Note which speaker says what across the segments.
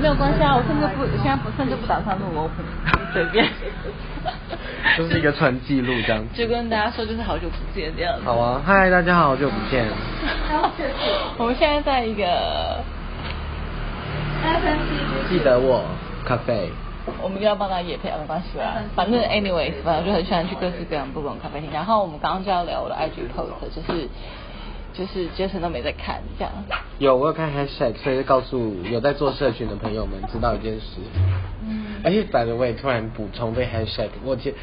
Speaker 1: 没有关系啊，我甚至不现在不甚至不打算录 open，随 便。
Speaker 2: 就是一个纯记录这样子
Speaker 1: 就跟大家说，就是好久不见这样子。
Speaker 2: 好啊，嗨，大家好，好久不见。
Speaker 1: 我们现在在一个，
Speaker 2: 记得我咖啡，
Speaker 1: 我们又要帮他野配啊，没关系啦。反正 anyways，反正我就很喜欢去各式各样不同咖啡厅。然后我们刚刚就要聊我的 IG post，就是就是 Jason 都没在看这样。
Speaker 2: 有我有看 hashtag，所以就告诉有在做社群的朋友们知道一件事。
Speaker 1: 嗯
Speaker 2: 而且 by the way，突然补充对 hashtag，我记，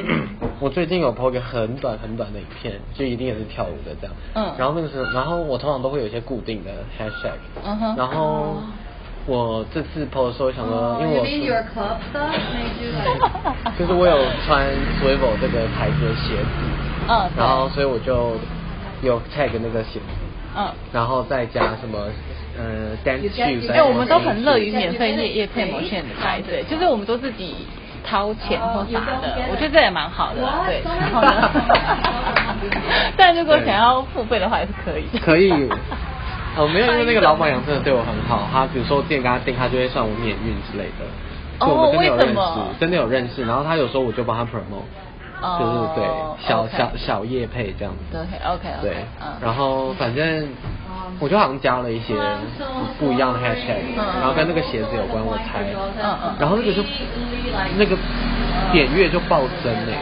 Speaker 2: 我最近有 po 一个很短很短的影片，就一定也是跳舞的这样。
Speaker 1: 嗯
Speaker 2: 然后那个时候，然后我通常都会有一些固定的 hashtag。
Speaker 1: 嗯哼
Speaker 2: 然后我这次 po 的时候想说，因为我
Speaker 3: 哦 You mean your club stuff made you like-
Speaker 2: 就是我有穿 swivel 这个牌子的鞋 子，
Speaker 1: 嗯，对
Speaker 2: 然后所以我就有 tag 那个鞋子。
Speaker 1: 嗯。
Speaker 2: 然后再加什么呃 dance
Speaker 3: You get- you
Speaker 2: shoes，
Speaker 3: get-
Speaker 1: 哎、
Speaker 2: 再加
Speaker 1: 我们都很乐于
Speaker 2: 什么
Speaker 1: 免费业业配某些人的牌子，就是我们都自己掏钱或啥的，我觉得这也蛮好的啦，对。然后呢， 但如果想要付费的话也是可以 的。
Speaker 2: 可以。哦，没有，因为那个老板娘真的对我很好，她比如说我之前跟她订，她就会算我免运之类的。
Speaker 1: 哦
Speaker 2: 就我们真的有
Speaker 1: 为什
Speaker 2: 认
Speaker 1: 么
Speaker 2: 识，真的有认识。然后她有时候我就帮她 promote，、
Speaker 1: 哦
Speaker 2: 就是对小
Speaker 1: OK
Speaker 2: 小小叶配这样子。
Speaker 1: 对，OK，OK，
Speaker 2: 对
Speaker 1: 嗯
Speaker 2: 然后反正我就好像加了一些不一样的 hashtag，、
Speaker 1: 嗯
Speaker 2: 然后跟那个鞋子有关，我猜。
Speaker 1: 嗯嗯
Speaker 2: 然后那个就那个点阅就暴增欸呢、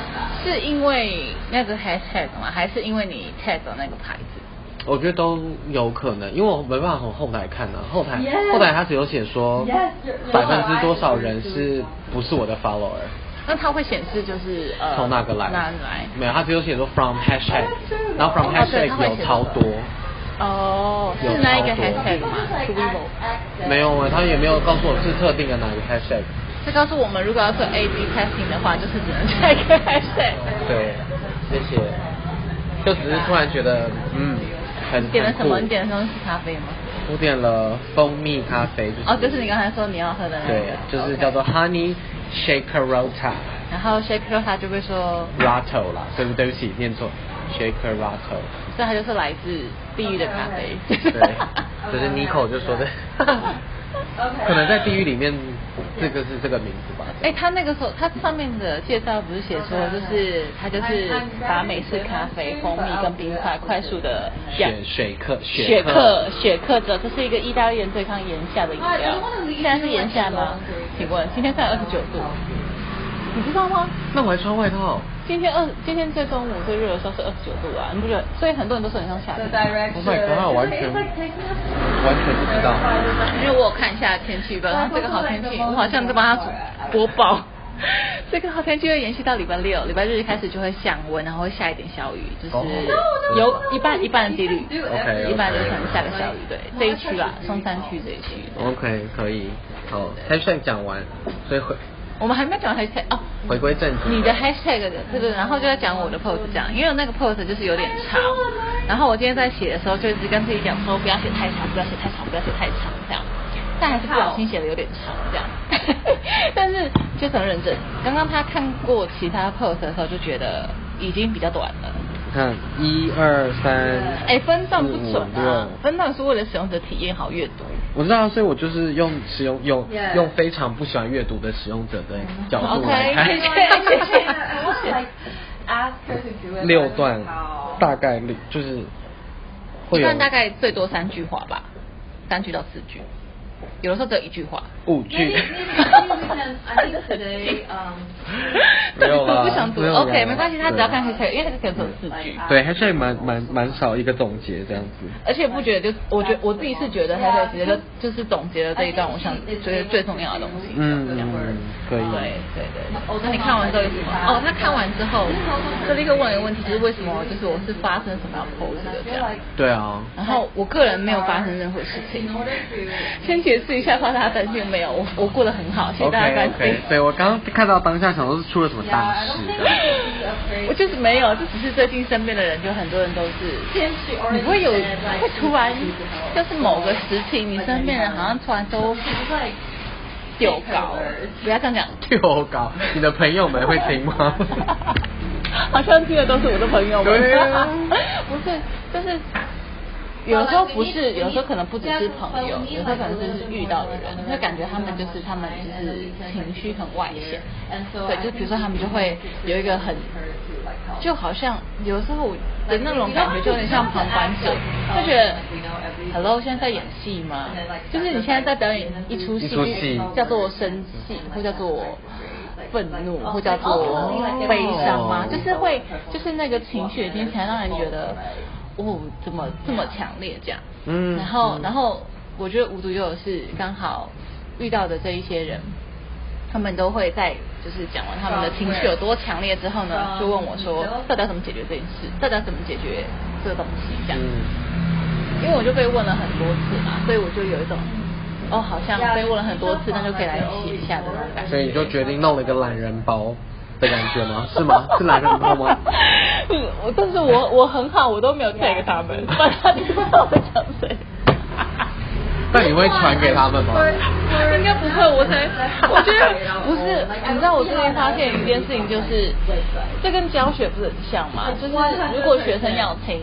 Speaker 1: 是因为那个 hashtag 吗？还是因为你 tag 的那个牌子？
Speaker 2: 我觉得都有可能，因为我没办法从后台看啊，后台
Speaker 3: Yes
Speaker 2: 后台它只有写说
Speaker 3: Yes, you're- you're
Speaker 2: 百分之多少
Speaker 3: right.
Speaker 2: 人是不是我的 follower，
Speaker 1: 那它会显示就是呃
Speaker 2: 从哪个来？
Speaker 1: 哪里来？
Speaker 2: 没有，它只有写说 from hashtag，
Speaker 3: That's true.
Speaker 2: 然后 from
Speaker 1: 哦对
Speaker 2: hashtag
Speaker 1: 它会
Speaker 2: 有
Speaker 1: 写
Speaker 2: 超
Speaker 1: 这
Speaker 2: 多
Speaker 1: 个，哦，
Speaker 2: 有
Speaker 1: 是那一个
Speaker 2: 超多
Speaker 1: hashtag 吗 t w i v o
Speaker 2: 没有啊，它也没有告诉我是特定的哪个 hashtag，
Speaker 1: 这告诉我们，如果要做 A/B testing 的话，就是只能下一个 hashtag。
Speaker 2: 对，谢谢，就只是突然觉得嗯，很
Speaker 1: 你点了什么？
Speaker 2: 很酷
Speaker 1: 你点的什么是咖啡吗？
Speaker 2: 我点了蜂蜜咖啡，就是
Speaker 1: 哦，就是你刚才说你要喝的那个。
Speaker 2: 对，就是叫做
Speaker 1: OK。
Speaker 2: honey shaker rota。
Speaker 1: 然后 Shaker 他就会说，
Speaker 2: Rato 啦，对不对不起，念错，Shaker Rato。
Speaker 1: 所以它就是来自地狱的咖啡。
Speaker 2: 对，就是 Nico 就说的， 可能在地狱里面，这个是这个名字吧。
Speaker 1: 哎，他那个时候，他上面的介绍不是写说，就是他就是把美式咖啡、蜂蜜跟冰块快速的
Speaker 2: 雪水客，
Speaker 1: 雪
Speaker 2: 客
Speaker 1: 克，雪克者，这是一个意大利人对抗炎夏的饮料。现在是炎夏吗？请问今天才二十九度，你知道吗？
Speaker 2: 那我还穿外套。
Speaker 1: 今天二，今天最中午最热的时候是二十九度啊，你不觉得？所以很多人都说很像夏
Speaker 3: The
Speaker 1: 天。
Speaker 3: direction.
Speaker 2: Oh my god，完全完全不知道。
Speaker 1: 因为我有看一下天气预报，然后这个好天气，我好像在帮他播报。 这个好天气会延续到礼拜六，礼拜日开始就会降温，然后会下一点小雨，就是
Speaker 2: 哦
Speaker 1: 有一半一半的几率
Speaker 2: OK，OK
Speaker 1: 一半就是可能下个小雨。对，这一区啦，松山区这一区。
Speaker 2: OK，可以。好，Hashtag 讲完，所以回
Speaker 1: 我们还没有讲 hashtag 哦，
Speaker 2: 回归正题。
Speaker 1: 你的 hashtag 的对对，然后就在讲我的 post 这样，因为那个 post 就是有点长，然后我今天在写的时候就一直跟自己讲说不要写太长，不要写太长，不要写太长这样，但还是不小心写的有点长这样， 但是就很认真。刚刚他看过其他 post 的时候就觉得已经比较短了。
Speaker 2: 看一二三，
Speaker 1: 哎，分段不
Speaker 2: 四
Speaker 1: 准
Speaker 2: 五
Speaker 1: 啊
Speaker 2: 六！
Speaker 1: 分段是为了使用者体验好阅读。
Speaker 2: 我知道，所以我就是用使用用
Speaker 3: Yeah
Speaker 2: 用非常不喜欢阅读的使用者的
Speaker 1: 嗯
Speaker 2: 角度
Speaker 1: OK，
Speaker 2: 来看。
Speaker 1: 谢 谢谢谢
Speaker 3: I want to like ask her to do it.
Speaker 2: 六段
Speaker 3: How-
Speaker 2: 大概率就是会
Speaker 1: 一
Speaker 2: 有
Speaker 1: 般大概最多三句话吧，三句到四句，有的时候只有一句话。
Speaker 2: 五
Speaker 3: Maybe,
Speaker 2: 句
Speaker 3: maybe, maybe we can, I think today, um,
Speaker 1: 到 底
Speaker 2: 没有
Speaker 1: 读
Speaker 2: 啦
Speaker 1: 不想读
Speaker 2: 没有啦
Speaker 1: ？OK，没关系，他只要看
Speaker 2: 对
Speaker 1: hashtag，因为 hashtag 只有四句，
Speaker 2: 对，还
Speaker 3: um,
Speaker 2: 是蛮蛮蛮少一个总结这样子。
Speaker 1: 而且不觉得就，我觉我自己是觉得 hashtag 直接就就是总结了这一段，我想觉得最重要的东西。
Speaker 2: 嗯
Speaker 1: 这样
Speaker 2: 嗯可以
Speaker 1: 对对对。那你看完之后有什么？哦，他看完之后，这立刻问了一个问题，就是为什么就是我是发生什么要 post 的这样？
Speaker 2: 对啊，
Speaker 1: 然后我个人没有发生任何事情。先解释一下，怕大家担心没有，我我过得很好，谢谢
Speaker 2: OK
Speaker 1: 大家关
Speaker 2: OK，
Speaker 1: 心。
Speaker 2: 对我刚刚看到当下想说是出了什么
Speaker 3: yeah,
Speaker 2: 大
Speaker 3: I
Speaker 2: 事
Speaker 3: don't
Speaker 2: 这样
Speaker 3: think she's afraid.
Speaker 1: 我就是没有，这只是最近身边的人，就很多人都是，
Speaker 3: Since she
Speaker 1: 你
Speaker 3: already
Speaker 1: 会有
Speaker 3: said, like,
Speaker 1: 会突然
Speaker 3: she's helped.
Speaker 1: 就是某个时期，你身边人好像突然都
Speaker 3: She's like,
Speaker 1: 丢高，不要这样讲，
Speaker 2: 丢稿，你的朋友们会听 吗？
Speaker 1: 好像听的都是我的朋友们，
Speaker 2: 对啊
Speaker 1: 不是，就是有时候不是，有时候可能不只是朋友，有时候可能就是遇到的人，会感觉他们就是他们就是情绪很外显，对，就比如说他们就会有一个很，就好像有时候我的那种感觉就有点像旁观者，就觉得，Hello，现在在演戏吗？就是你现在在表演一出
Speaker 2: 一
Speaker 1: 戏
Speaker 2: 出戏，嗯
Speaker 1: 叫做生气，或叫做。愤怒，或叫做悲伤吗？就是会，就是那个情绪已经才让人觉得，哦，怎么这么强烈这样？
Speaker 2: 嗯
Speaker 1: 然后
Speaker 2: 嗯，
Speaker 1: 然后我觉得无独有偶是刚好遇到的这一些人，他们都会在就是讲完他们的情绪有多强烈之后呢，就问我说，到底要怎么解决这件事？到底要怎么解决这个东西？这样，
Speaker 2: 嗯，
Speaker 1: 因为我就被问了很多次嘛，所以我就有一种。哦，好像被问了很多次，那就可以来写一下的那种感觉。
Speaker 2: 所以你就决定弄了一个懒人包的感觉吗？是 吗？是懒人包吗？
Speaker 1: 不是嗯我，但是我我很好，我都没有 tag 他们，不然他就不知道我在讲谁。
Speaker 2: 那你会传给他们吗？
Speaker 1: 应该不会，我才我觉得不是，你知道我最近发现一件事情，就是这跟教学不是很像吗？就是如果学生要听，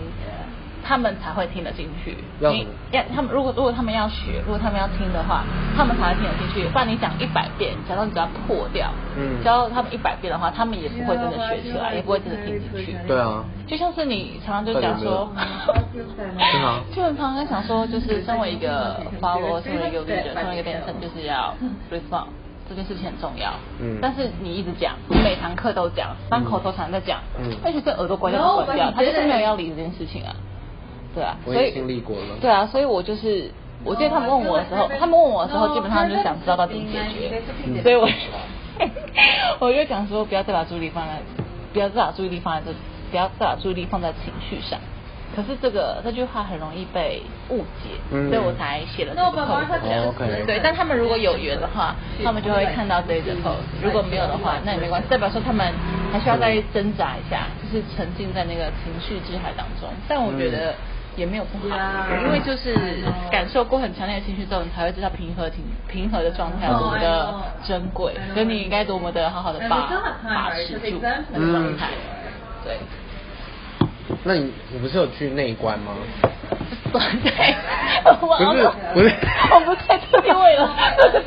Speaker 1: 他们才会听得进去。
Speaker 2: 要
Speaker 1: 你
Speaker 2: 什么
Speaker 1: 要他们如果如果他们要学，如果他们要听的话，他们才会听得进去。不然你讲一百遍，讲到你嘴巴破掉，
Speaker 2: 嗯
Speaker 1: 教他们一百遍的话，他们也不会真的学起来，也不会真的听进去。
Speaker 2: 对啊，
Speaker 1: 就像是你常常就讲说
Speaker 2: 到底有没有真的啊，
Speaker 1: 就很常常想说，就是身为一个 follower，身为一个 leader，身为一个 dancer，就是要 respond。这件事情很重要，
Speaker 2: 嗯
Speaker 1: 但是你一直讲，你每堂课都讲，当口头禅在讲，
Speaker 2: 嗯
Speaker 1: 而且这耳朵关掉就关掉，
Speaker 3: No, but
Speaker 1: 他就是没有要理这件事情啊，对啊，
Speaker 2: 我
Speaker 1: 所以
Speaker 2: 也经历过了
Speaker 1: 对啊，所以我就是，我记得他们问我的时候，他们问我的时候，基本上就想知道到底怎么解决，
Speaker 3: 嗯
Speaker 1: 所以我 我就讲说，不要再把注意力放在，不要再把注意力放在这，不要再把注意力放在情绪上。可是这个这句话很容易被误解，
Speaker 2: 嗯
Speaker 1: 所以我才写了这个
Speaker 3: No, but Martha
Speaker 1: post。
Speaker 2: Oh, okay.
Speaker 1: 对，但他们如果有缘的话，他们就会看到这一则 post；如果没有的话，那也没关系，代表说他们还需要再挣扎一下，就是沉浸在那个情绪之海当中。但我觉得
Speaker 2: 嗯
Speaker 1: 也没有不好
Speaker 3: Yeah,
Speaker 1: 因为就是感受过很强烈的情绪之后，你才会知道平和平平和的状态
Speaker 3: I
Speaker 1: 有
Speaker 3: know,
Speaker 1: 多么
Speaker 3: I
Speaker 1: 的
Speaker 3: know.
Speaker 1: 珍贵
Speaker 3: I know.，
Speaker 1: 所以你应该多么的好好的
Speaker 3: And we
Speaker 1: 把
Speaker 3: still have time,
Speaker 1: 把
Speaker 3: right?
Speaker 1: 持
Speaker 3: Because
Speaker 1: 住
Speaker 3: exams
Speaker 2: are
Speaker 1: 状态
Speaker 3: going，
Speaker 1: 对。
Speaker 2: 那你你不是有去内观吗？
Speaker 1: 对，我
Speaker 2: 不是不是
Speaker 1: 我不在这里为 了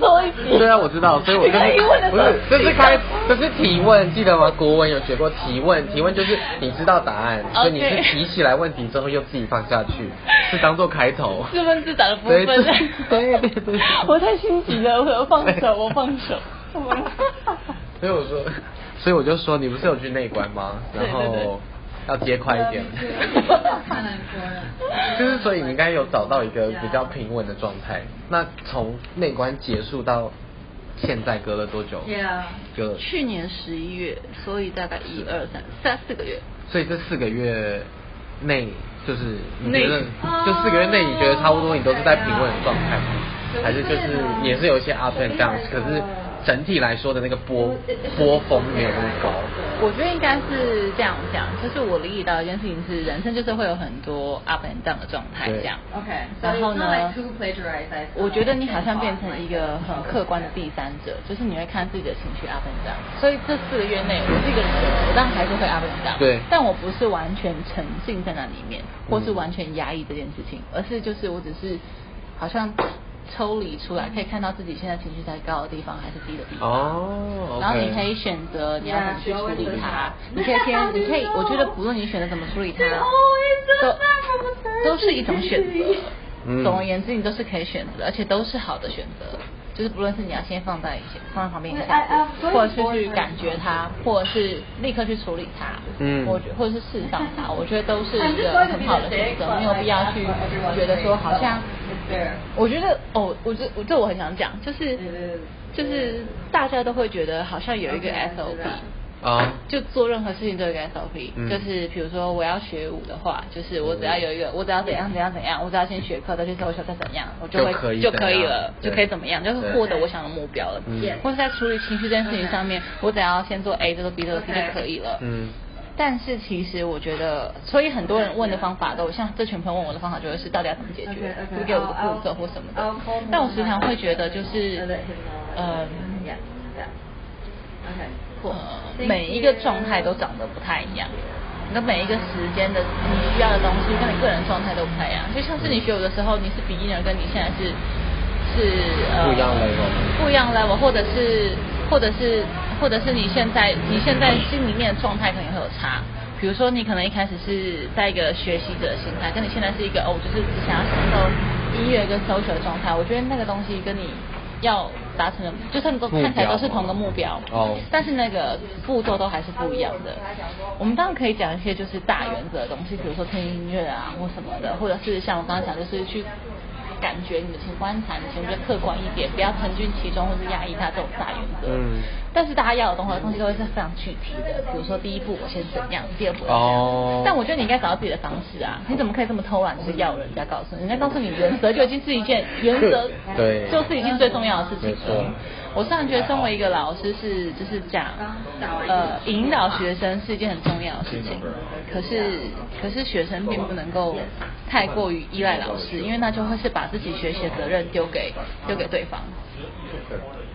Speaker 1: 多一集。
Speaker 2: 对啊，我知道，所以我
Speaker 1: 你
Speaker 2: 就
Speaker 1: 刚才
Speaker 2: 是
Speaker 1: 一问的时
Speaker 2: 不
Speaker 1: 候
Speaker 2: 是这是开这是提问，记得吗？国文有学过提问，提问就是你知道答案，所以你是
Speaker 1: OK
Speaker 2: 提起来问题之后又自己放下去，是当做开头。
Speaker 1: 自问自答的部分。
Speaker 2: 对对对对对
Speaker 1: 我太心急了，我放手，
Speaker 2: 对
Speaker 1: 我放手。
Speaker 2: 所以我说，所以我就说你不是有去内观吗？
Speaker 1: 对
Speaker 2: 然
Speaker 1: 对对
Speaker 2: 后要接快一点， 就是所以你应该有找到一个比较平稳的状态。那从内观结束到现在隔了多久？
Speaker 3: Yeah
Speaker 2: 隔了
Speaker 1: 去年十一月，所以大概一二三三四个月。
Speaker 2: 所以这四个月内，就是你
Speaker 1: 内
Speaker 2: 觉得就四个月内，你觉得差不多，你都是在平稳的状态吗？还是就是也是有一些 up and downs，可是整体来说的那个波波峰没有那么高。
Speaker 1: 我觉得应该是这样讲，就是我理解到一件事情是，人生就是会有很多 up and down 的状态这样。
Speaker 3: Okay.
Speaker 1: 然后
Speaker 3: So it's not
Speaker 1: 呢
Speaker 3: like too plagiarized, I saw.
Speaker 1: 我觉得你好像变成一个很客观的第三者，就是你会看自己的情绪 up and down。所以这四个月内，我是一个人，我当然还是会 up and down。
Speaker 2: 对嗯
Speaker 1: 但我不是完全沉浸在那里面，或是完全压抑这件事情，而是就是我只是好像抽离出来，可以看到自己现在情绪在高的地方还是低的地方。
Speaker 2: 哦
Speaker 1: 然后你可以
Speaker 2: OK
Speaker 1: 选择你要怎么去处理它
Speaker 3: Yeah,，
Speaker 1: 你可以先，你可以，我觉得不论你选择怎么处理它
Speaker 3: It's always the back of the，
Speaker 1: 都都是一种选择
Speaker 3: century.。
Speaker 2: 嗯
Speaker 1: 总而言之，你都是可以选择，而且都是好的选择。就是不论是你要先放在放在旁边一个小
Speaker 3: I- I'm
Speaker 1: 时，
Speaker 3: very
Speaker 1: 或者是去感觉它，或者是立刻去处理它，
Speaker 2: 嗯
Speaker 1: 我觉或者是释放它，我觉得都是一个很好的选择，没有必要去觉得说好像
Speaker 3: It's there.
Speaker 1: 我觉得哦，我这我这我很想讲，就是就是大家都会觉得好像有一个 SOP，
Speaker 2: 啊，
Speaker 1: 就做任何事情都有一个 SOP，、
Speaker 2: 嗯
Speaker 1: 就是比如说我要学舞的话，就是我只要有一个，我只要怎样怎样怎样，我只要先学课，再去搜修，再怎样，我会
Speaker 2: 就可以
Speaker 1: 就
Speaker 2: 怎
Speaker 1: 可以
Speaker 2: 样
Speaker 1: 了，就
Speaker 2: 对
Speaker 1: 可以怎么样，就是获得我想的目标了。
Speaker 2: 嗯
Speaker 1: 或者在处理情绪这件事情上面，我只要先做 A，再做 B，再做 C 就
Speaker 3: OK
Speaker 1: 可以了。
Speaker 2: 嗯，
Speaker 1: 但是其实我觉得，所以很多人问的方法都像这群朋友问我的方法，就会是到底要怎么解决，
Speaker 3: OK，OK，
Speaker 1: 就给我个步骤或什么
Speaker 3: I'll-
Speaker 1: 的
Speaker 3: I'll call him。
Speaker 1: 但我时常会觉得就
Speaker 3: So
Speaker 1: 是
Speaker 3: that he knows.，
Speaker 1: 呃，
Speaker 3: Yeah, yeah. Okay.
Speaker 1: 呃每一个状态都长得不太一样。你的每一个时间的你需要的东西跟你个人状态都不太一样。就像是你学舞的时候，你是 beginner，跟你现在是是呃
Speaker 2: 不一样 level
Speaker 1: 不一样 level，或者是或者是或者是你现在你现在心里面的状态可能会有差。比如说，你可能一开始是在一个学习者的心态，跟你现在是一个哦，我就是只想要享受音乐跟 social 的状态。我觉得那个东西跟你要达成的，就算你都
Speaker 2: 目标
Speaker 1: 看起来都是同个目标，
Speaker 2: 哦
Speaker 1: 但是那个步骤都还是不一样的。我们当然可以讲一些就是大原则的东西，比如说听音乐啊或什么的，或者是像我刚刚讲，就是去感觉你的情观察你的情绪客观一点，不要沉浸其中或是压抑它这种大原则。
Speaker 2: 嗯
Speaker 1: 但是大家要的东西东西都会是非常具体的，比如说第一步我先怎样，第二步我要怎样。
Speaker 2: 哦，
Speaker 1: 但我觉得你应该找到自己的方式啊！你怎么可以这么偷懒，就是要人家告诉你？人家告诉你原则就已经是一件原则
Speaker 2: 对
Speaker 1: 就是一件最重要的事情
Speaker 2: 没错
Speaker 1: 了。我虽然觉得身为一个老师是就是讲，呃，引导学生是一件很重要的事情，可是可是学生并不能够太过于依赖老师，因为那就会是把自己学习的责任丢给丢给对方。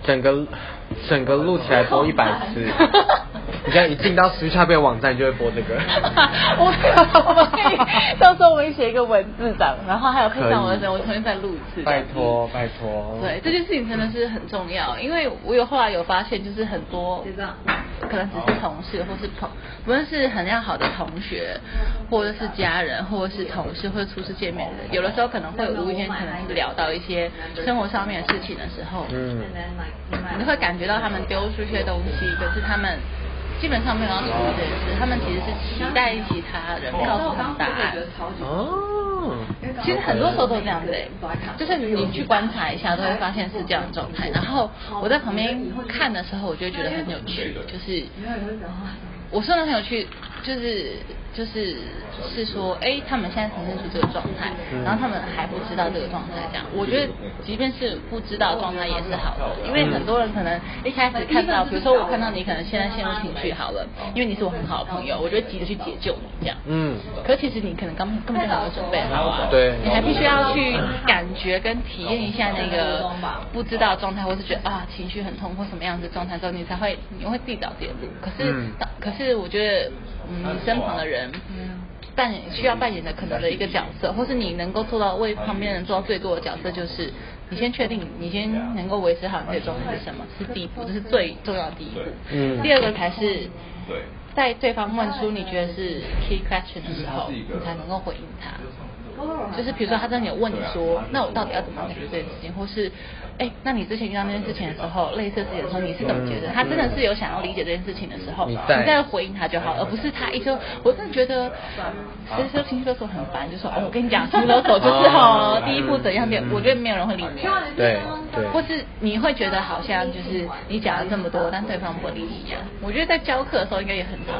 Speaker 2: 整个整个录起来播一百次，你这样一进到 s w i t c h 网站就会播这个。
Speaker 1: 我 我们可以到时候我们写一个文字档，然后还有配上我的人，我重新再录一次。
Speaker 2: 拜托拜托。
Speaker 1: 对，这件事情真的是很重要，因为我有后来有发现，就是很多可能只是同事或是朋，不论是很要好的同学，或者是家人，或者是同事，或者初次见面的人，有的时候可能会无意间可能是聊到一些生活上面的事情的时候，
Speaker 2: 嗯，
Speaker 1: 你会感觉到他们丢出去的东西，可是他们基本上没有要处理这件事，他们其实是期待其他人告诉他们答案。
Speaker 2: 哦，
Speaker 1: 哦其实很多时候都是这样子、欸，就是你去观察一下，都会发现是这样的状态。然后我在旁边看的时候，我就觉得很有趣，就是我说的很有趣，就是就是是说，哎、他们现在呈现出这个状态，然后他们还不知道这个状态，这样。我觉得即便是不知道的状态也是好的，因为很多人可能一开始看到，比如说我看到你可能现在陷入情绪好了，因为你是我很好的朋友，我就会急着去解救你这样。
Speaker 2: 嗯，
Speaker 1: 可其实你可能根本根本就还没有准备好啊，
Speaker 2: 对
Speaker 1: 你还必须要去感觉跟体验一下那个不知道的状态，或是觉得啊情绪很痛或什么样子的状态之后，你才会你会自己找自己的路。可是、
Speaker 2: 嗯
Speaker 1: 当可是我觉得，嗯，你身旁的人。扮演需要扮演的可能的一个角色，或是你能够做到为旁边人做到最多的角色，就是你先确定你先能够维持好你的状态是什么，是第一步，这是最重要的第一步。
Speaker 2: 嗯
Speaker 1: 第二个才是在对方问出你觉得是 key question 的时候，你才能够回应他。就是比如说，他真的有问你说，那我到底要怎么解决这件事情，或是，哎，那你之前遇到那件事情的时候，类似的事情的时候，你是怎么解决？他真的是有想要理解这件事情的时候，
Speaker 2: 你
Speaker 1: 你
Speaker 2: 再
Speaker 1: 再回应他就好，而不是他一说，我真的觉得，其实情绪勒索很烦，就说，哦，我跟你讲，情绪勒索就是哦，第一步怎样点，我觉得没有人会理你。
Speaker 2: 对对。
Speaker 1: 或是你会觉得好像就是你讲了这么多，但对方不理你一样。我觉得在教课的时候应该也很哦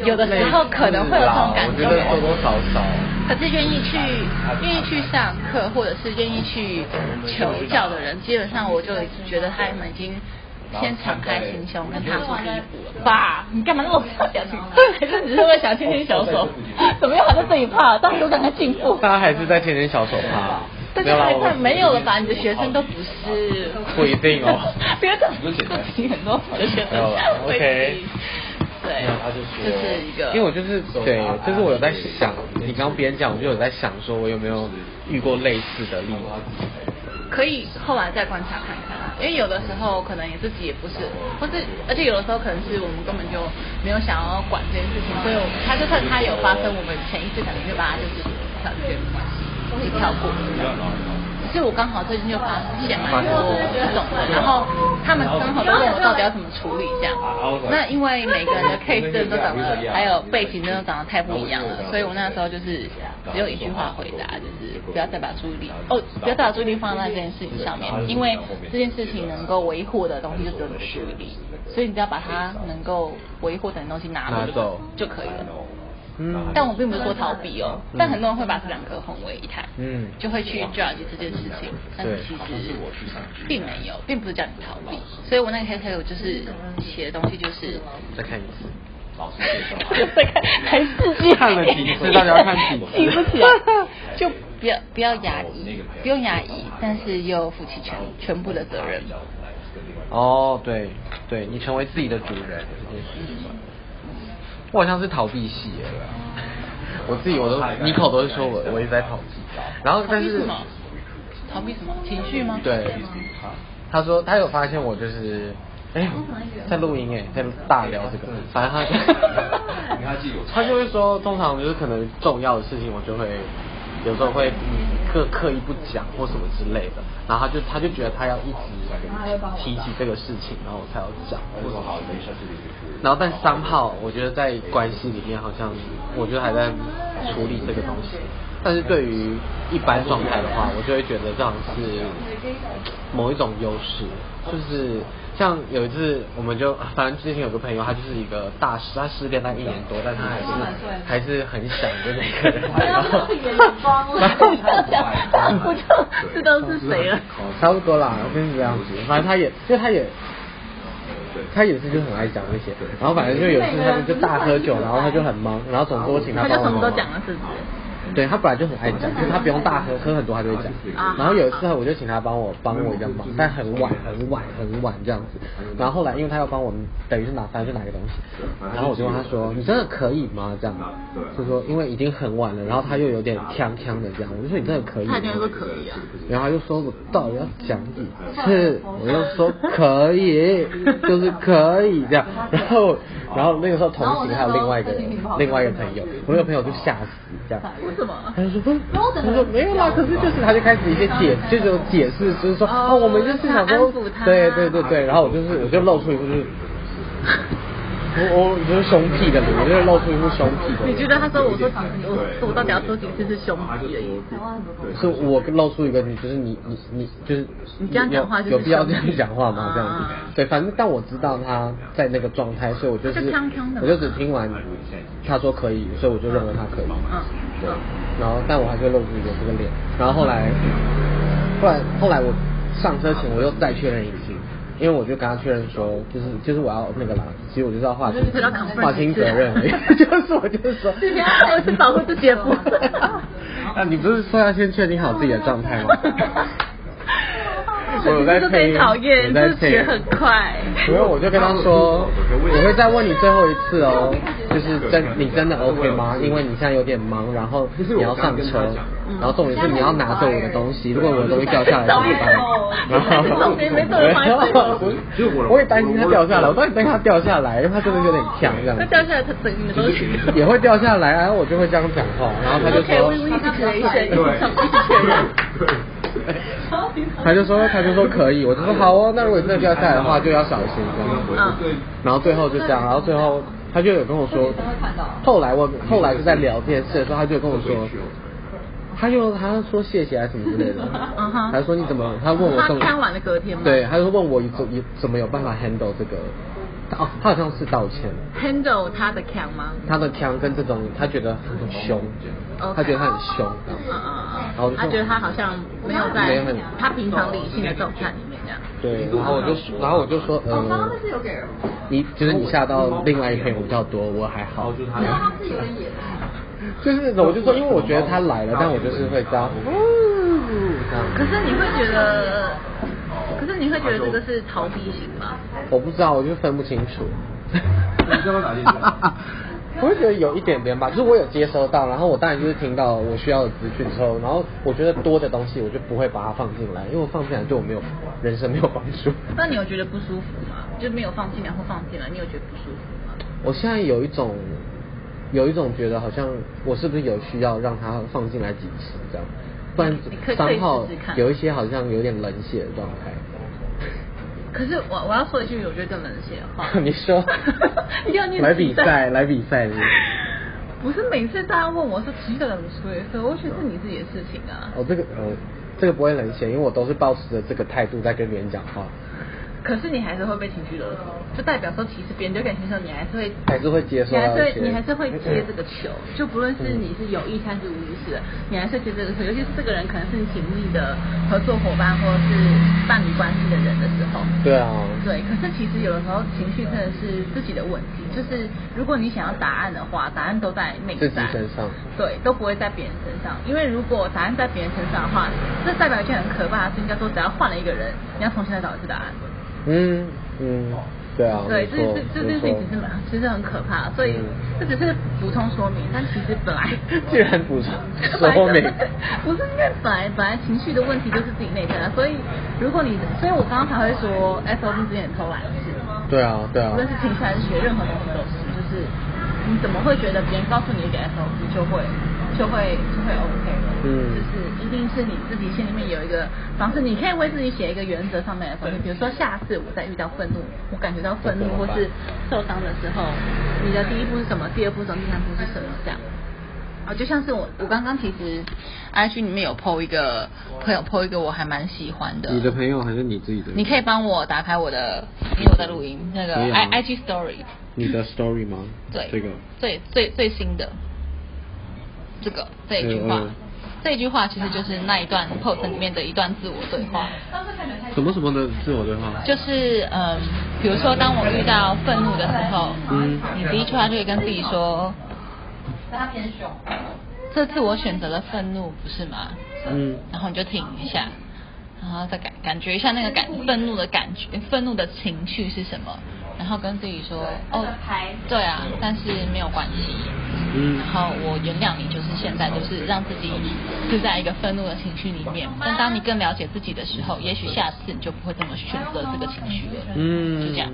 Speaker 1: 常，有的时候可能会有这种感
Speaker 2: 我
Speaker 1: 觉
Speaker 2: 觉。得多多少少。
Speaker 1: 可是愿意去愿意去上课，或者是愿意去求教的人，基本上我就觉得他们已经。先敞开心胸，跟踏出第一步了。爸，你干嘛那么怕表情？对，就只是会想牵牵小手，怎么又还在这一趴？到底有赶快进步？
Speaker 2: 大家还是在天天小手帕，
Speaker 1: 但是
Speaker 2: 没有啦
Speaker 1: 还
Speaker 2: 我
Speaker 1: 快没有了吧？你的学生都不是，
Speaker 2: 不一定哦
Speaker 1: 不要这样，自己很多的学
Speaker 2: 没
Speaker 1: 生
Speaker 2: 有啦
Speaker 1: 会
Speaker 2: OK
Speaker 1: 对，就是一个，
Speaker 2: 因为我就是对，就是我有在想，你刚刚别人讲，我就有在想，说我有没有遇过类似的例子？
Speaker 1: 可以后来再观察看看啊，因为有的时候可能也自己也不是，或是而且有的时候可能是我们根本就没有想要管这件事情，所以我他就算他有发生，我们潜意识可能就把它就是跳过，就跳过了这样。
Speaker 2: 嗯
Speaker 1: 是我刚好最近就发现蛮多这种的，然后他们刚好就问我到底要怎么处理这样。那因为每个人的 case 真的都长得，还有背景真的长得太不一样了，所以我那时候就是只有一句话回答，就是不要再把注意力哦，不要再把注意力放在这件事情上面，因为这件事情能够维护的东西就只有你的注意力，所以你只要把它能够维护的东西拿
Speaker 2: 拿走
Speaker 1: 就可以了。
Speaker 2: 嗯，
Speaker 1: 但我并不是说逃避哦，但很多人会把这两个混为一谈，
Speaker 2: 嗯
Speaker 1: 就会去 judge 这件事情，但
Speaker 2: 对
Speaker 1: 其实并没有，并不是叫你逃避。所以我那个黑黑我就是写的东西 就是，
Speaker 2: 再看一次，啊
Speaker 1: 在看 还是记
Speaker 2: 看了几次到底要看几次
Speaker 1: 记啊不起来，就不要不要压
Speaker 2: 哦
Speaker 1: 抑，不用压抑，但是又负起全全部的责任。
Speaker 2: 哦哦，对对，你成为自己的主人这件事情。我好像是逃避系的啦。 我自己我都你口都是说我我一直在逃避，然后
Speaker 1: 逃
Speaker 2: 哦但
Speaker 1: 避
Speaker 2: 是
Speaker 1: 什么？逃避什么？情绪吗？
Speaker 2: 对，他说他有发现我就是，哎、在录音哎、在大聊这个，反正他
Speaker 4: 你看他自己有
Speaker 2: 他就会说，通常就是可能重要的事情，我就会有时候会嗯刻刻意不讲或什么之类的，然后他就他就觉得他要一直提起这个事情，然后我才要讲或什么之类的。然后但三号，我觉得在关系里面好像，我觉得还在处理这个东西。但是对于一般状态的话，我就会觉得这样是某一种优势，就是像有一次我们就反正之前有个朋友，他就是一个大师，他失恋那一年多，但他还是还是很想的那 个人。然后
Speaker 1: 我就 知道是谁了。
Speaker 2: 差不多啦，就是这样子。反正他也，就他也，他也是就很爱讲这些。然后反正就有一次他们就大喝酒，然后他就很忙，然后总多请他
Speaker 1: 啊他就
Speaker 2: 帮我
Speaker 1: 什
Speaker 2: 忙
Speaker 1: 么都讲了，是不是？
Speaker 2: 对他本来就很爱讲，就是他不用大喝，喝很多他就会讲。
Speaker 1: 啊
Speaker 2: 然后有一次我就请他帮我帮我一个忙，但很晚很晚很晚这样子。然后后来因为他要帮我，等于是拿反正就拿个东西，然后我就问他说：“你真的可以吗？”这样，就说因为已经很晚了，然后他又有点呛呛的这样，我就说：“你真的可以吗？”
Speaker 1: 他一定会说可以啊
Speaker 2: 然后他就说：“我到底要讲几次？”我就说：“可以，就是可以这样。”然后然后那个时候同行还有另外一个人另外一个朋友，我那个朋友就吓死这样。
Speaker 1: 啊为什么？
Speaker 2: 他就说，他说没有啦，可是就是他就开始一些解，就是有解释，就是说哦，我们就是想
Speaker 1: 安
Speaker 2: 说
Speaker 1: 抚，他
Speaker 2: 对对对对，然后我就是我就露出一副就是，我我就是凶屁的脸，我就是露出一副凶屁的脸。
Speaker 1: 你觉得他说我说几我我到底要说几次是凶屁的意思？
Speaker 2: 是我露出一个你就是你你你就是
Speaker 1: 你这样讲话就是
Speaker 2: 有有必要这样讲话吗？
Speaker 1: 啊
Speaker 2: 这样子，对，反正但我知道他在那个状态，所以我就是
Speaker 1: 就呛呛的
Speaker 2: 我就只听完他说可以，所以我就认为他可以。
Speaker 1: 嗯
Speaker 2: 对，然后但我还是露出一个这个脸，然后后来，后来后来我上车前我又再确认一次，因为我就跟他确认说，就是就是我要那个啦，其实我就是要划清
Speaker 1: 就是要 confirm
Speaker 2: 划清责任而已， 就是我就是说，
Speaker 1: 对呀我是保护自己的部分
Speaker 2: 啊，你不是说要先确定好自己的状态 吗？我有在
Speaker 1: 这
Speaker 2: 配
Speaker 1: 最
Speaker 2: 音
Speaker 1: 讨厌，
Speaker 2: 我在
Speaker 1: 这
Speaker 2: 配
Speaker 1: 学很快。
Speaker 2: 所以我就跟他说，我会再问你最后一次哦，就是真你真的 OK 吗？因为你现在有点忙，然后你要上车，然后重点是你要拿着我的东西，如果我的东西掉下来怎么办？然后
Speaker 1: 手机没手机放在手机
Speaker 2: 我也担心它掉下来，我到底担心它掉下来，因为它真的有点强这样
Speaker 1: 那
Speaker 2: 子。
Speaker 1: 掉下来，他整你们都是。
Speaker 2: 也会掉下来啊，我就会这样讲 话，然后他就
Speaker 1: OK，
Speaker 2: 说
Speaker 1: 我一直确认，一直确认。
Speaker 2: 他就说，他就说可以，我就说好哦，那如果你真的掉下来的话，就要小心这样。
Speaker 1: 嗯，
Speaker 2: 然后最后就这样，然后最后他就有跟我说，后来我后来就在聊这件事的时候，他就跟我说，他就他说谢谢啊什么之类的
Speaker 1: 嗯哼，
Speaker 2: 他说你怎么，他问我怎么，
Speaker 1: 他看完的隔天吗
Speaker 2: 对，他就问我怎怎么有办法 handle 这个，哦，他好像是道歉，
Speaker 1: handle 他的强吗？
Speaker 2: 他的腔跟这种他觉得很凶
Speaker 1: OK
Speaker 2: 他觉得他很凶，
Speaker 1: 嗯嗯
Speaker 2: 然后
Speaker 1: 嗯
Speaker 2: 我就，说
Speaker 1: 他觉得他好像没有
Speaker 2: 没
Speaker 1: 在
Speaker 2: 有很
Speaker 1: 他嗯平常理性的状态里面这样。
Speaker 2: 对，然后我就说然后我就说呃。你就是你吓到另外一个朋友比较多，我还好。
Speaker 1: 哦
Speaker 2: 就是那种，我就说，因为我觉得他来了，但我就是会这样，嗯，这样。
Speaker 1: 可是你会觉得，可是你会觉得这个是逃避型吗？
Speaker 2: 我不知道，我就分不清 楚。
Speaker 4: 你知道哪里吗
Speaker 2: 我会觉得有一点点吧，就是我有接收到，然后我当然就是听到我需要的资讯之后，然后我觉得多的东西我就不会把它放进来，因为我放进来对我没有人生没有帮 助。
Speaker 1: 那你有觉得不舒服吗？就没有放进来或放进来，你有觉得不舒服吗？
Speaker 2: 我现在有一种，有一种觉得好像我是不是有需要让他放进来几次这样，不然
Speaker 1: 你可以可以
Speaker 2: 三号
Speaker 1: 试试看
Speaker 2: 有一些好像有点冷血的状态。，
Speaker 1: 可是我我要说一句我觉得更冷血的话
Speaker 2: 你说
Speaker 1: 你要念
Speaker 2: 来比赛，来比
Speaker 1: 赛。
Speaker 2: 赛是不是？
Speaker 1: 不是每次大家问我说情绪到底有没有所以说，我觉得是你自己的事情啊。
Speaker 2: 哦，这个呃，这个不会冷血，因为我都是保持着这个态度在跟别人讲话，
Speaker 1: 可是你还是会被情绪勒索，就代表说其实别人丢给你情绪，你还是会
Speaker 2: 还是会接受
Speaker 1: 你还
Speaker 2: 到
Speaker 1: 是
Speaker 2: 一
Speaker 1: 会
Speaker 2: 些嗯
Speaker 1: 你还是会接这个球，就不论是你是有意还是无意识的，你还是接这个球。尤其是这个人可能是你紧密的合作伙伴或者是伴侣关系的人的时候，
Speaker 2: 对啊，
Speaker 1: 对，可是其实有的时候情绪真的是自己的问题，就是如果你想要答案的话，答案都在内
Speaker 2: 自己
Speaker 1: 在
Speaker 2: 身上
Speaker 1: 对，都不会在别人身上。因为如果答案在别人身上的话，这代表一件很可怕的事情，叫做只要换了一个人，你要重新再找一次答案。
Speaker 2: 嗯嗯，对啊，
Speaker 1: 对，这
Speaker 2: 没错
Speaker 1: 这这件事情其实蛮，其实很可怕，所以
Speaker 2: 嗯
Speaker 1: 这只是补充说明，但其实 本来
Speaker 2: 居然补充
Speaker 1: 本来
Speaker 2: 说明
Speaker 1: 就是不是因为本来本来情绪的问题就是自己内在的，所以如果你，所以我刚刚才会说 S O B 之前偷懒是，
Speaker 2: 对啊，对啊
Speaker 1: 无，论是情绪还是学任何东西都是，就是你怎么会觉得别人告诉你一个 S O B 就会就会就会 OK 了？
Speaker 2: 嗯
Speaker 1: 就是一定是你自己心里面有一个方式，你可以为自己写一个原则上面的东西，比如说下次我再遇到愤怒，我感觉到愤怒或是受伤的时候，你的第一步是什么？第二步是什么？第三步是什么？这样。啊，就像是我，我刚刚其实 IG 里面有 PO 一个朋友 PO 一个我还蛮喜欢的，
Speaker 2: 你的朋友还是你自己的？
Speaker 1: 你可以帮我打开我的，因为我在录音，那个
Speaker 2: 可以啊
Speaker 1: I I G Story，
Speaker 2: 你的 story 吗？
Speaker 1: 对，
Speaker 2: 这个
Speaker 1: 最最最新的这个这一句话，
Speaker 2: 嗯嗯
Speaker 1: 这一句话其实就是那一段 post 里面的一段自我对话，
Speaker 2: 什么什么的自我对话？
Speaker 1: 就是嗯，比如说当我遇到愤怒的时候，
Speaker 2: 嗯
Speaker 1: 你第一句话就会跟自己说，
Speaker 3: 他偏凶，
Speaker 1: 这次我选择了愤怒，不是吗？
Speaker 2: 嗯
Speaker 1: 然后你就停一下，然后再感感觉一下那个感愤怒的感觉，愤怒的情绪是什么，然后跟自己说，哦，对啊，但是没有关系，
Speaker 2: 嗯
Speaker 1: 然后我原谅你，就是现在就是让自己是在一个愤怒的情绪里面，但当你更了解自己的时候，也许下次你就不会这么选择这个情绪了，
Speaker 2: 嗯
Speaker 1: 就这样，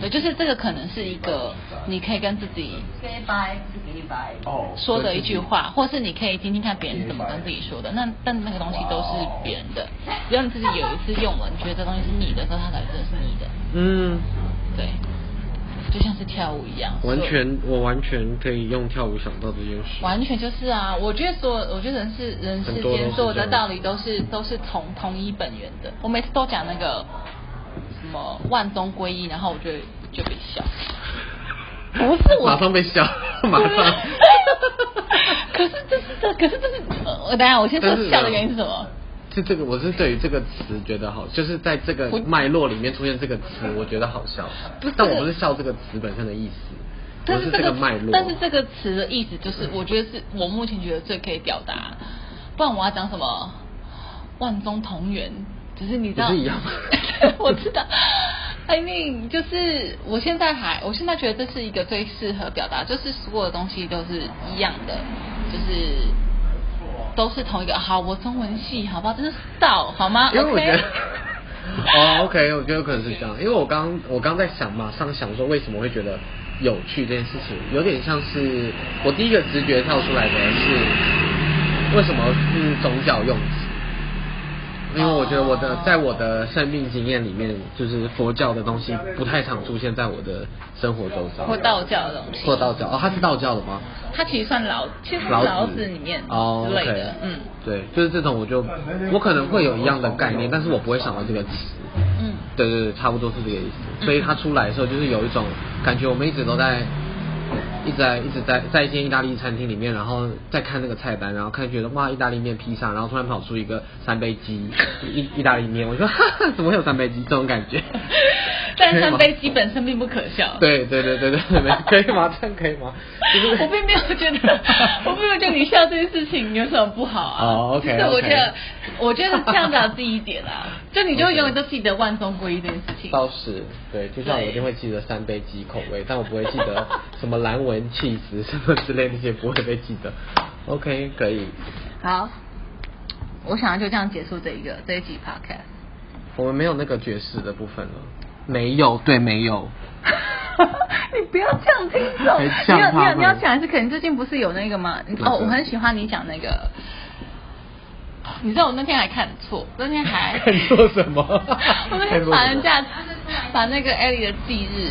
Speaker 1: 对，就是这个可能是一个你可以跟自己
Speaker 3: 给掰是给你掰，
Speaker 4: 哦
Speaker 1: 说的一句，话，或是你可以听听看别人怎么跟自己说的。那但那个东西都是别人的，只有你自己有一次用了，你觉得这东西是你的时候，它才真的是你的。
Speaker 2: 嗯，
Speaker 1: 对，就像是跳舞一样，
Speaker 2: 完
Speaker 1: 所以
Speaker 2: 全，我完全可以用跳舞想到这件事。
Speaker 1: 完全就是啊！我觉得所有，我觉得人是人世
Speaker 2: 很多都
Speaker 1: 间
Speaker 2: 是
Speaker 1: 所有的
Speaker 2: 这样
Speaker 1: 道理都是都是从同一本源的。我每次都讲那个什么万中归一，然后我就就被笑。不是我，
Speaker 2: 马上被笑，马上。
Speaker 1: 可是这是这，可是这是呃我等一下，我先说
Speaker 2: 但是
Speaker 1: 笑的原因是什么？
Speaker 2: 就这个，我是对于这个词觉得好，就是在这个
Speaker 1: 我
Speaker 2: 脉络里面出现这个词，我觉得好笑
Speaker 1: 不是。
Speaker 2: 但我不是笑这个词本身的意思，
Speaker 1: 但
Speaker 2: 我
Speaker 1: 是
Speaker 2: 这
Speaker 1: 个
Speaker 2: 个脉络。
Speaker 1: 但是这个词的意思就是，我觉得是我目前觉得最可以表达。不然我要讲什么？万中同源，只是你知道，
Speaker 2: 不是一样吗
Speaker 1: 我知道。I mean，就是我现在还，我现在觉得这是一个最适合表达，就是所有的东西都是一样的，就是都是同一个。好，我中文系，好不好？真是少，好吗？
Speaker 2: 因为我
Speaker 1: OK
Speaker 2: 觉 得。 哦、o k 我觉得有可能是这样，因为我刚我刚在想，马上想说为什么会觉得有趣这件事情，有点像是我第一个直觉跳出来的是为什么是宗教用词，因为我觉得我的
Speaker 1: 哦
Speaker 2: 在我的生命经验里面，就是佛教的东西不太常出现在我的生活周遭，
Speaker 1: 或道教的东西
Speaker 2: 或道教哦，它是道教的吗？
Speaker 1: 它其实算老，其实它
Speaker 2: 老
Speaker 1: 是
Speaker 2: 子
Speaker 1: 老子里面
Speaker 2: 哦
Speaker 1: 之类的
Speaker 2: OK
Speaker 1: 嗯
Speaker 2: 对，就是这种我就我可能会有一样的概念，但是我不会想到这个词。
Speaker 1: 嗯。
Speaker 2: 对对对，差不多是这个意
Speaker 1: 嗯
Speaker 2: 思。所以它出来的时候，就是有一种感觉，我们一直都在，一直在一直在在一间意大利餐厅里面，然后再看那个菜单，然后看觉得哇，意大利面、披萨，然后突然跑出一个三杯鸡意意大利面，我就说哈哈，怎么会有三杯鸡这种感觉？
Speaker 1: 但是
Speaker 2: 可以
Speaker 1: 三
Speaker 2: 吗
Speaker 1: 杯鸡本身并不可笑。
Speaker 2: 对对对对对对，没可以吗？这样可以吗？就是
Speaker 1: 我并没有觉 得，我并没有觉得你笑这件事情有什么不好啊。
Speaker 2: 哦，OK，
Speaker 1: 就是我觉得
Speaker 2: OK
Speaker 1: 我觉得这样表达自己一点啦， 就你就会永远都记得万中归一这件事情。
Speaker 2: 倒是对，就像我一定会记得三杯鸡口味，但我不会记得什么蓝纹气质什么之类那些不会被记得。OK，可以。
Speaker 1: 好，我想要就这样结束这一个这一集 podcast。
Speaker 2: 我们没有那个爵士的部分了，没有，对，没 有。
Speaker 1: 你不要这样听众，
Speaker 2: 还
Speaker 1: 你
Speaker 2: 呛
Speaker 1: 有你
Speaker 2: 他
Speaker 1: 有
Speaker 2: 们
Speaker 1: 你要想一次，可能最近不是有那个吗？
Speaker 2: 哪
Speaker 1: 哦，
Speaker 2: 个
Speaker 1: 我很喜欢你讲那个。你知道我那天还看错，那天还
Speaker 2: 看错什么
Speaker 1: 我那天把人家把那个艾莉的忌日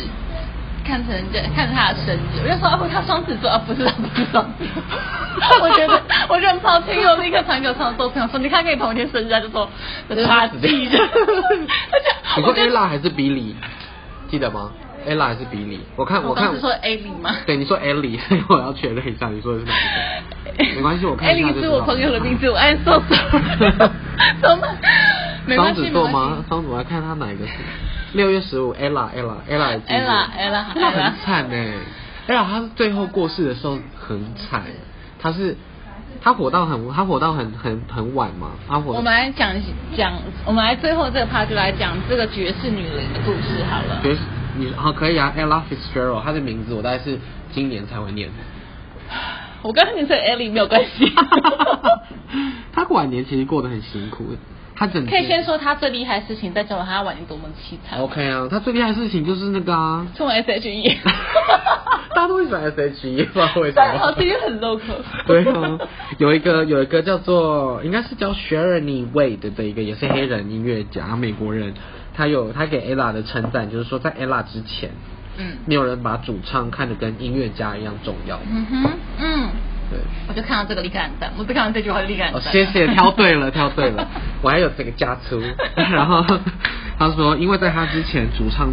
Speaker 1: 看成人家看成她的生日，我就说哦，她双子座啊，不是她不是双子。我觉得我就很抱歉，因为我立刻传给我朋友朋友说，你看跟你同一天生日啊，他就说这是她忌日。
Speaker 2: 你
Speaker 1: 你
Speaker 2: 说 Ella 还是比利？记得吗？Ella 还是比利？我看
Speaker 1: 我
Speaker 2: 看
Speaker 1: 刚是说 Ellie 吗
Speaker 2: 对，你说 Ellie，所以 我要确认一下，你说的是哪一个？没关系，我看一下
Speaker 1: Ellie
Speaker 2: 就是知
Speaker 1: 我
Speaker 2: 道
Speaker 1: 朋友的名字，我爱说什么什么？没关
Speaker 2: 双
Speaker 1: 系
Speaker 2: 子座吗？双子，我要看他哪一个是。六月十五，ella ella ella 也记住
Speaker 1: Ella- Ella-
Speaker 2: Ella
Speaker 1: Ella
Speaker 2: 很惨哎，ella 她是最后过世的时候很惨，她是她活到很她活到很很很晚嘛，她活
Speaker 1: 我们来讲讲，我们来最后这个 part 就来讲这个爵士女人的故事好了。
Speaker 2: 爵士你好可以啊，Ella Fitzgerald，她的名字我大概是今年才 会念。
Speaker 1: 我刚刚你说 Ellie 没有关 系，
Speaker 2: 她晚年其实过得很辛苦，她整
Speaker 1: 可以先说她最厉害的事情，再讲她晚年多么凄惨。
Speaker 2: OK 啊，她最厉害的事情就是那个啊，
Speaker 1: 中 SHE，
Speaker 2: 大家都会喜欢 SHE，不知道 为什
Speaker 1: 对，好，
Speaker 2: 么。
Speaker 1: 这个很 local。
Speaker 2: 对啊，有一个有一个叫做应该是叫 Sharon Wade 的一个也是黑人音乐家，美国人，他有他给 Ella 的称赞就是说在 Ella 之前，
Speaker 1: 嗯
Speaker 2: 没有人把主唱看得跟音乐家一样重要。
Speaker 1: 嗯哼，嗯，
Speaker 2: 对，
Speaker 1: 我就看到这个立竿赞，我只看到这句话就立竿
Speaker 2: 哦
Speaker 1: 赞。，
Speaker 2: 谢谢，挑对了，挑对 了，我还有这个加粗。然后他说，因为在他之前，主唱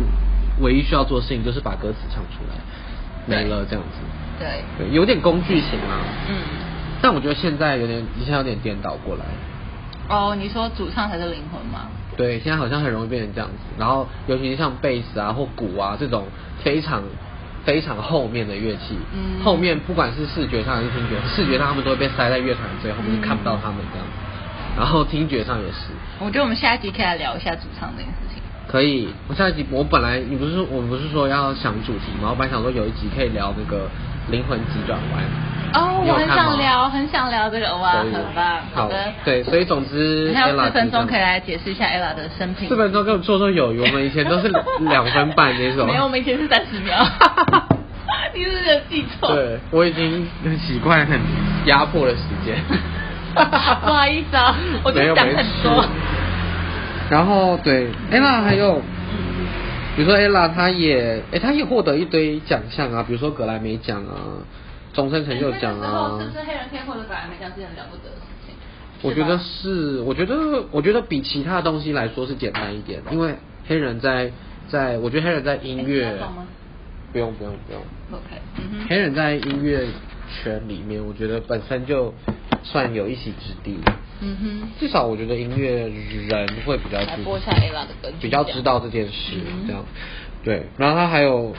Speaker 2: 唯一需要做的事情就是把歌词唱出来，没了这样子，
Speaker 1: 对，
Speaker 2: 对，有点工具型啊。
Speaker 1: 嗯，
Speaker 2: 但我觉得现在有点，以前有点颠倒过来，
Speaker 1: 哦，你说主唱才是灵魂吗？
Speaker 2: 对，现在好像很容易变成这样子。然后，尤其是像贝斯啊或鼓啊这种非常非常后面的乐器，
Speaker 1: 嗯
Speaker 2: 后面不管是视觉上还是听觉，视觉上他们都会被塞在乐坛最后
Speaker 1: 嗯
Speaker 2: 面，就看不到他们这样子。然后听觉上也是，
Speaker 1: 我觉得我们下一集可以来聊一下主唱这件事情。
Speaker 2: 可以，我下一集我本来你不是说我不是说要想主题吗？我本来想说有一集可以聊那个灵魂急转弯。
Speaker 1: 哦，
Speaker 2: 你
Speaker 1: 我很
Speaker 2: 有看吗
Speaker 1: 想聊，很想聊这个，哇，
Speaker 2: 可以
Speaker 1: 很棒，
Speaker 2: 好
Speaker 1: 的。
Speaker 2: 对，所以总之
Speaker 1: 还有
Speaker 2: Ella
Speaker 1: 四分钟
Speaker 2: 急转
Speaker 1: 可以来解释一下 Ella 的生平。
Speaker 2: 四分钟跟我绰绰有余，我们以前都是两分半那种。
Speaker 1: 没有，我们以前是三十 秒。你是不是有记错？。
Speaker 2: 对，我已经很习惯很压迫的时间
Speaker 1: 不好意思啊我就
Speaker 2: 没有
Speaker 1: 想
Speaker 2: 没
Speaker 1: 很
Speaker 2: 事
Speaker 1: 多
Speaker 2: 然后对，ella 还有，比如说 ella 她也，哎、她也获得一堆奖项啊，比如说格莱美奖啊，
Speaker 1: 哎
Speaker 2: 终身成就奖啊。
Speaker 1: 是不是黑人天后的格莱美奖是很了不得的事情？
Speaker 2: 我觉得是，我觉得我觉得比其他东西来说是简单一点，因为黑人在在，我觉得黑人在音
Speaker 1: 诶
Speaker 2: 乐
Speaker 1: 你要放吗，
Speaker 2: 不用不用不用，
Speaker 1: OK，嗯
Speaker 2: 黑
Speaker 1: 哼，
Speaker 2: 人在音乐圈里面，我觉得本身就算有一席之地，
Speaker 1: 嗯哼，
Speaker 2: 至少我觉得音乐人会比较
Speaker 1: 来
Speaker 2: 知
Speaker 1: 播一下 Ella 的歌曲
Speaker 2: 比较知道这件事
Speaker 1: 嗯
Speaker 2: 这样，对，然后他还有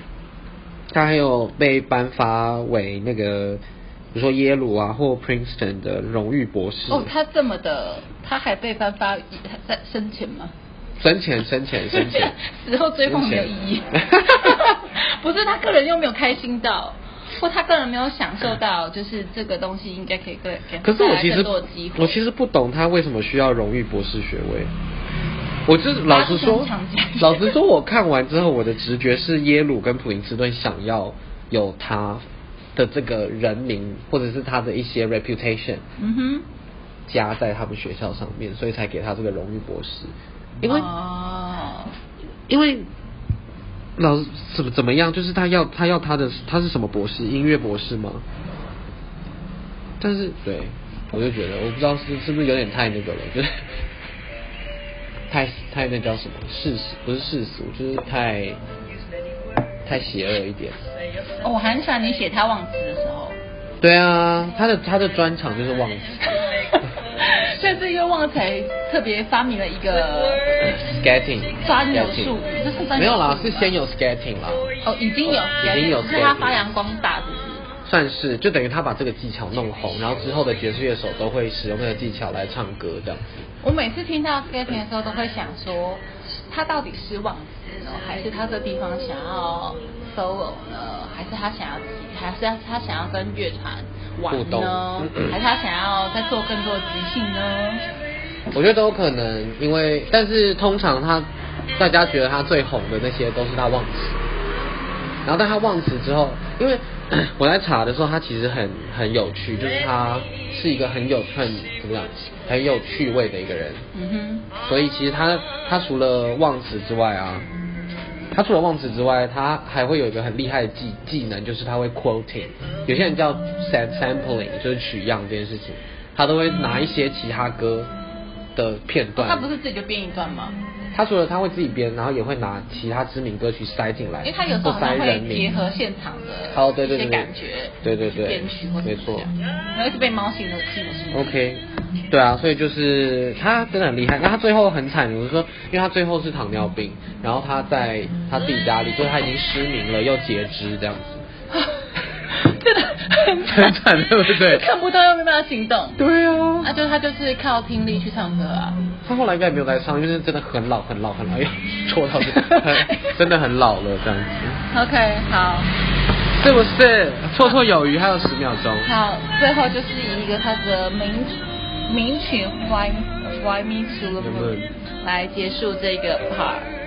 Speaker 2: 他还有被颁发为那个。比如说耶鲁啊，或 Princeton 的荣誉博士
Speaker 1: 哦，他这么的，他还被颁发还在生前吗？，
Speaker 2: 生前生前生前
Speaker 1: 死后追梦没有意 义。
Speaker 2: 生前
Speaker 1: 不是他个人又没有开心到，或他个人没有享受到，就是这个东西应该可以给给
Speaker 2: 可是我
Speaker 1: 大家
Speaker 2: 其
Speaker 1: 更
Speaker 2: 实
Speaker 1: 多的机会。
Speaker 2: 我其实不懂他为什么需要荣誉博士学位。我就是老实说
Speaker 1: 他是很强，
Speaker 2: 老实说，我看完之后，我的直觉是耶鲁跟普林斯顿想要有他的这个人名，或者是他的一些 reputation
Speaker 1: 嗯哼，
Speaker 2: 加在他们学校上面，所以才给他这个荣誉博士。因为
Speaker 1: 哦，
Speaker 2: 因为老怎么怎么样，就是他要他要他的他是什么博士？音乐博士吗？但是对，我就觉得我不知道是是不是有点太那个了，就是 太太那叫什么世俗，不是世俗，就是太太邪恶一点。
Speaker 1: 哦我很喜欢你写他忘词的时候，
Speaker 2: 对啊，他的他的专长就是 忘词。
Speaker 1: 所以是因为忘词才特别发明了一个
Speaker 2: skating
Speaker 1: 专有
Speaker 2: skating
Speaker 1: 术语，这是专有术语
Speaker 2: 没有啦
Speaker 1: 吗，
Speaker 2: 是先有 skating 啦，
Speaker 1: 哦，已经有，
Speaker 2: 已经有
Speaker 1: 是他
Speaker 2: skating
Speaker 1: 发扬光大，是不是？
Speaker 2: 算是就等于他把这个技巧弄红，然后之后的爵士乐手都会使用这个技巧来唱歌这样子。
Speaker 1: 我每次听到 skating 的时候，都会想说，他到底是忘词呢，还是他这地方想要 solo 呢？还是他想要，还是他他想要跟乐团玩
Speaker 2: 互
Speaker 1: 呢
Speaker 2: 动嗯？
Speaker 1: 还是他想要再做更多的即兴呢？
Speaker 2: 我觉得都有可能，因为但是通常他大家觉得他最红的那些都是他忘词，然后但他忘词之后，因为 我在查的时候，他其实很很有趣，就是他是一个很有很怎么讲很有趣味的一个人，
Speaker 1: 嗯
Speaker 2: 所以其实他他除了忘词之外啊，他除了忘词之外，他还会有一个很厉害的技技能，就是他会 quoting，有些人叫 sam sampling，就是取样这件事情，他都会拿一些其他歌的片
Speaker 1: 哼，
Speaker 2: 段。
Speaker 1: 哦他不是自己就编一段吗？
Speaker 2: 他除了他会自己编，然后也会拿其他知名歌曲塞进来，
Speaker 1: 因为他有时候
Speaker 2: 或
Speaker 1: 好
Speaker 2: 塞
Speaker 1: 像会
Speaker 2: 人名
Speaker 1: 结合现场的
Speaker 2: 好，对对
Speaker 1: 一些
Speaker 2: 对对
Speaker 1: 感觉，
Speaker 2: 对对对
Speaker 1: 编曲或者
Speaker 2: 没错
Speaker 1: 然后一直被猫吸的吸的吸。
Speaker 2: OK，对啊，所以就是他真的很厉害。那他最后很惨，比如说，因为他最后是糖尿病，然后他在他自己家里，就是他已经失明了，又截肢这样子。
Speaker 1: 真的，
Speaker 2: 很惨对不 对
Speaker 1: 看不到又没办法行动。
Speaker 2: 对啊
Speaker 1: 啊，就他就是靠听力去唱歌啊。
Speaker 2: 他后来应该也没有来唱，因为真的很老很老很老，又 戳到这个，很真的很老了这样子，
Speaker 1: OK，好，
Speaker 2: 是不是？绰绰有余，还有十秒钟。
Speaker 1: 好，最后就是以一个他的名名曲《Fly Fly Me to the Moon》来结束这个 part。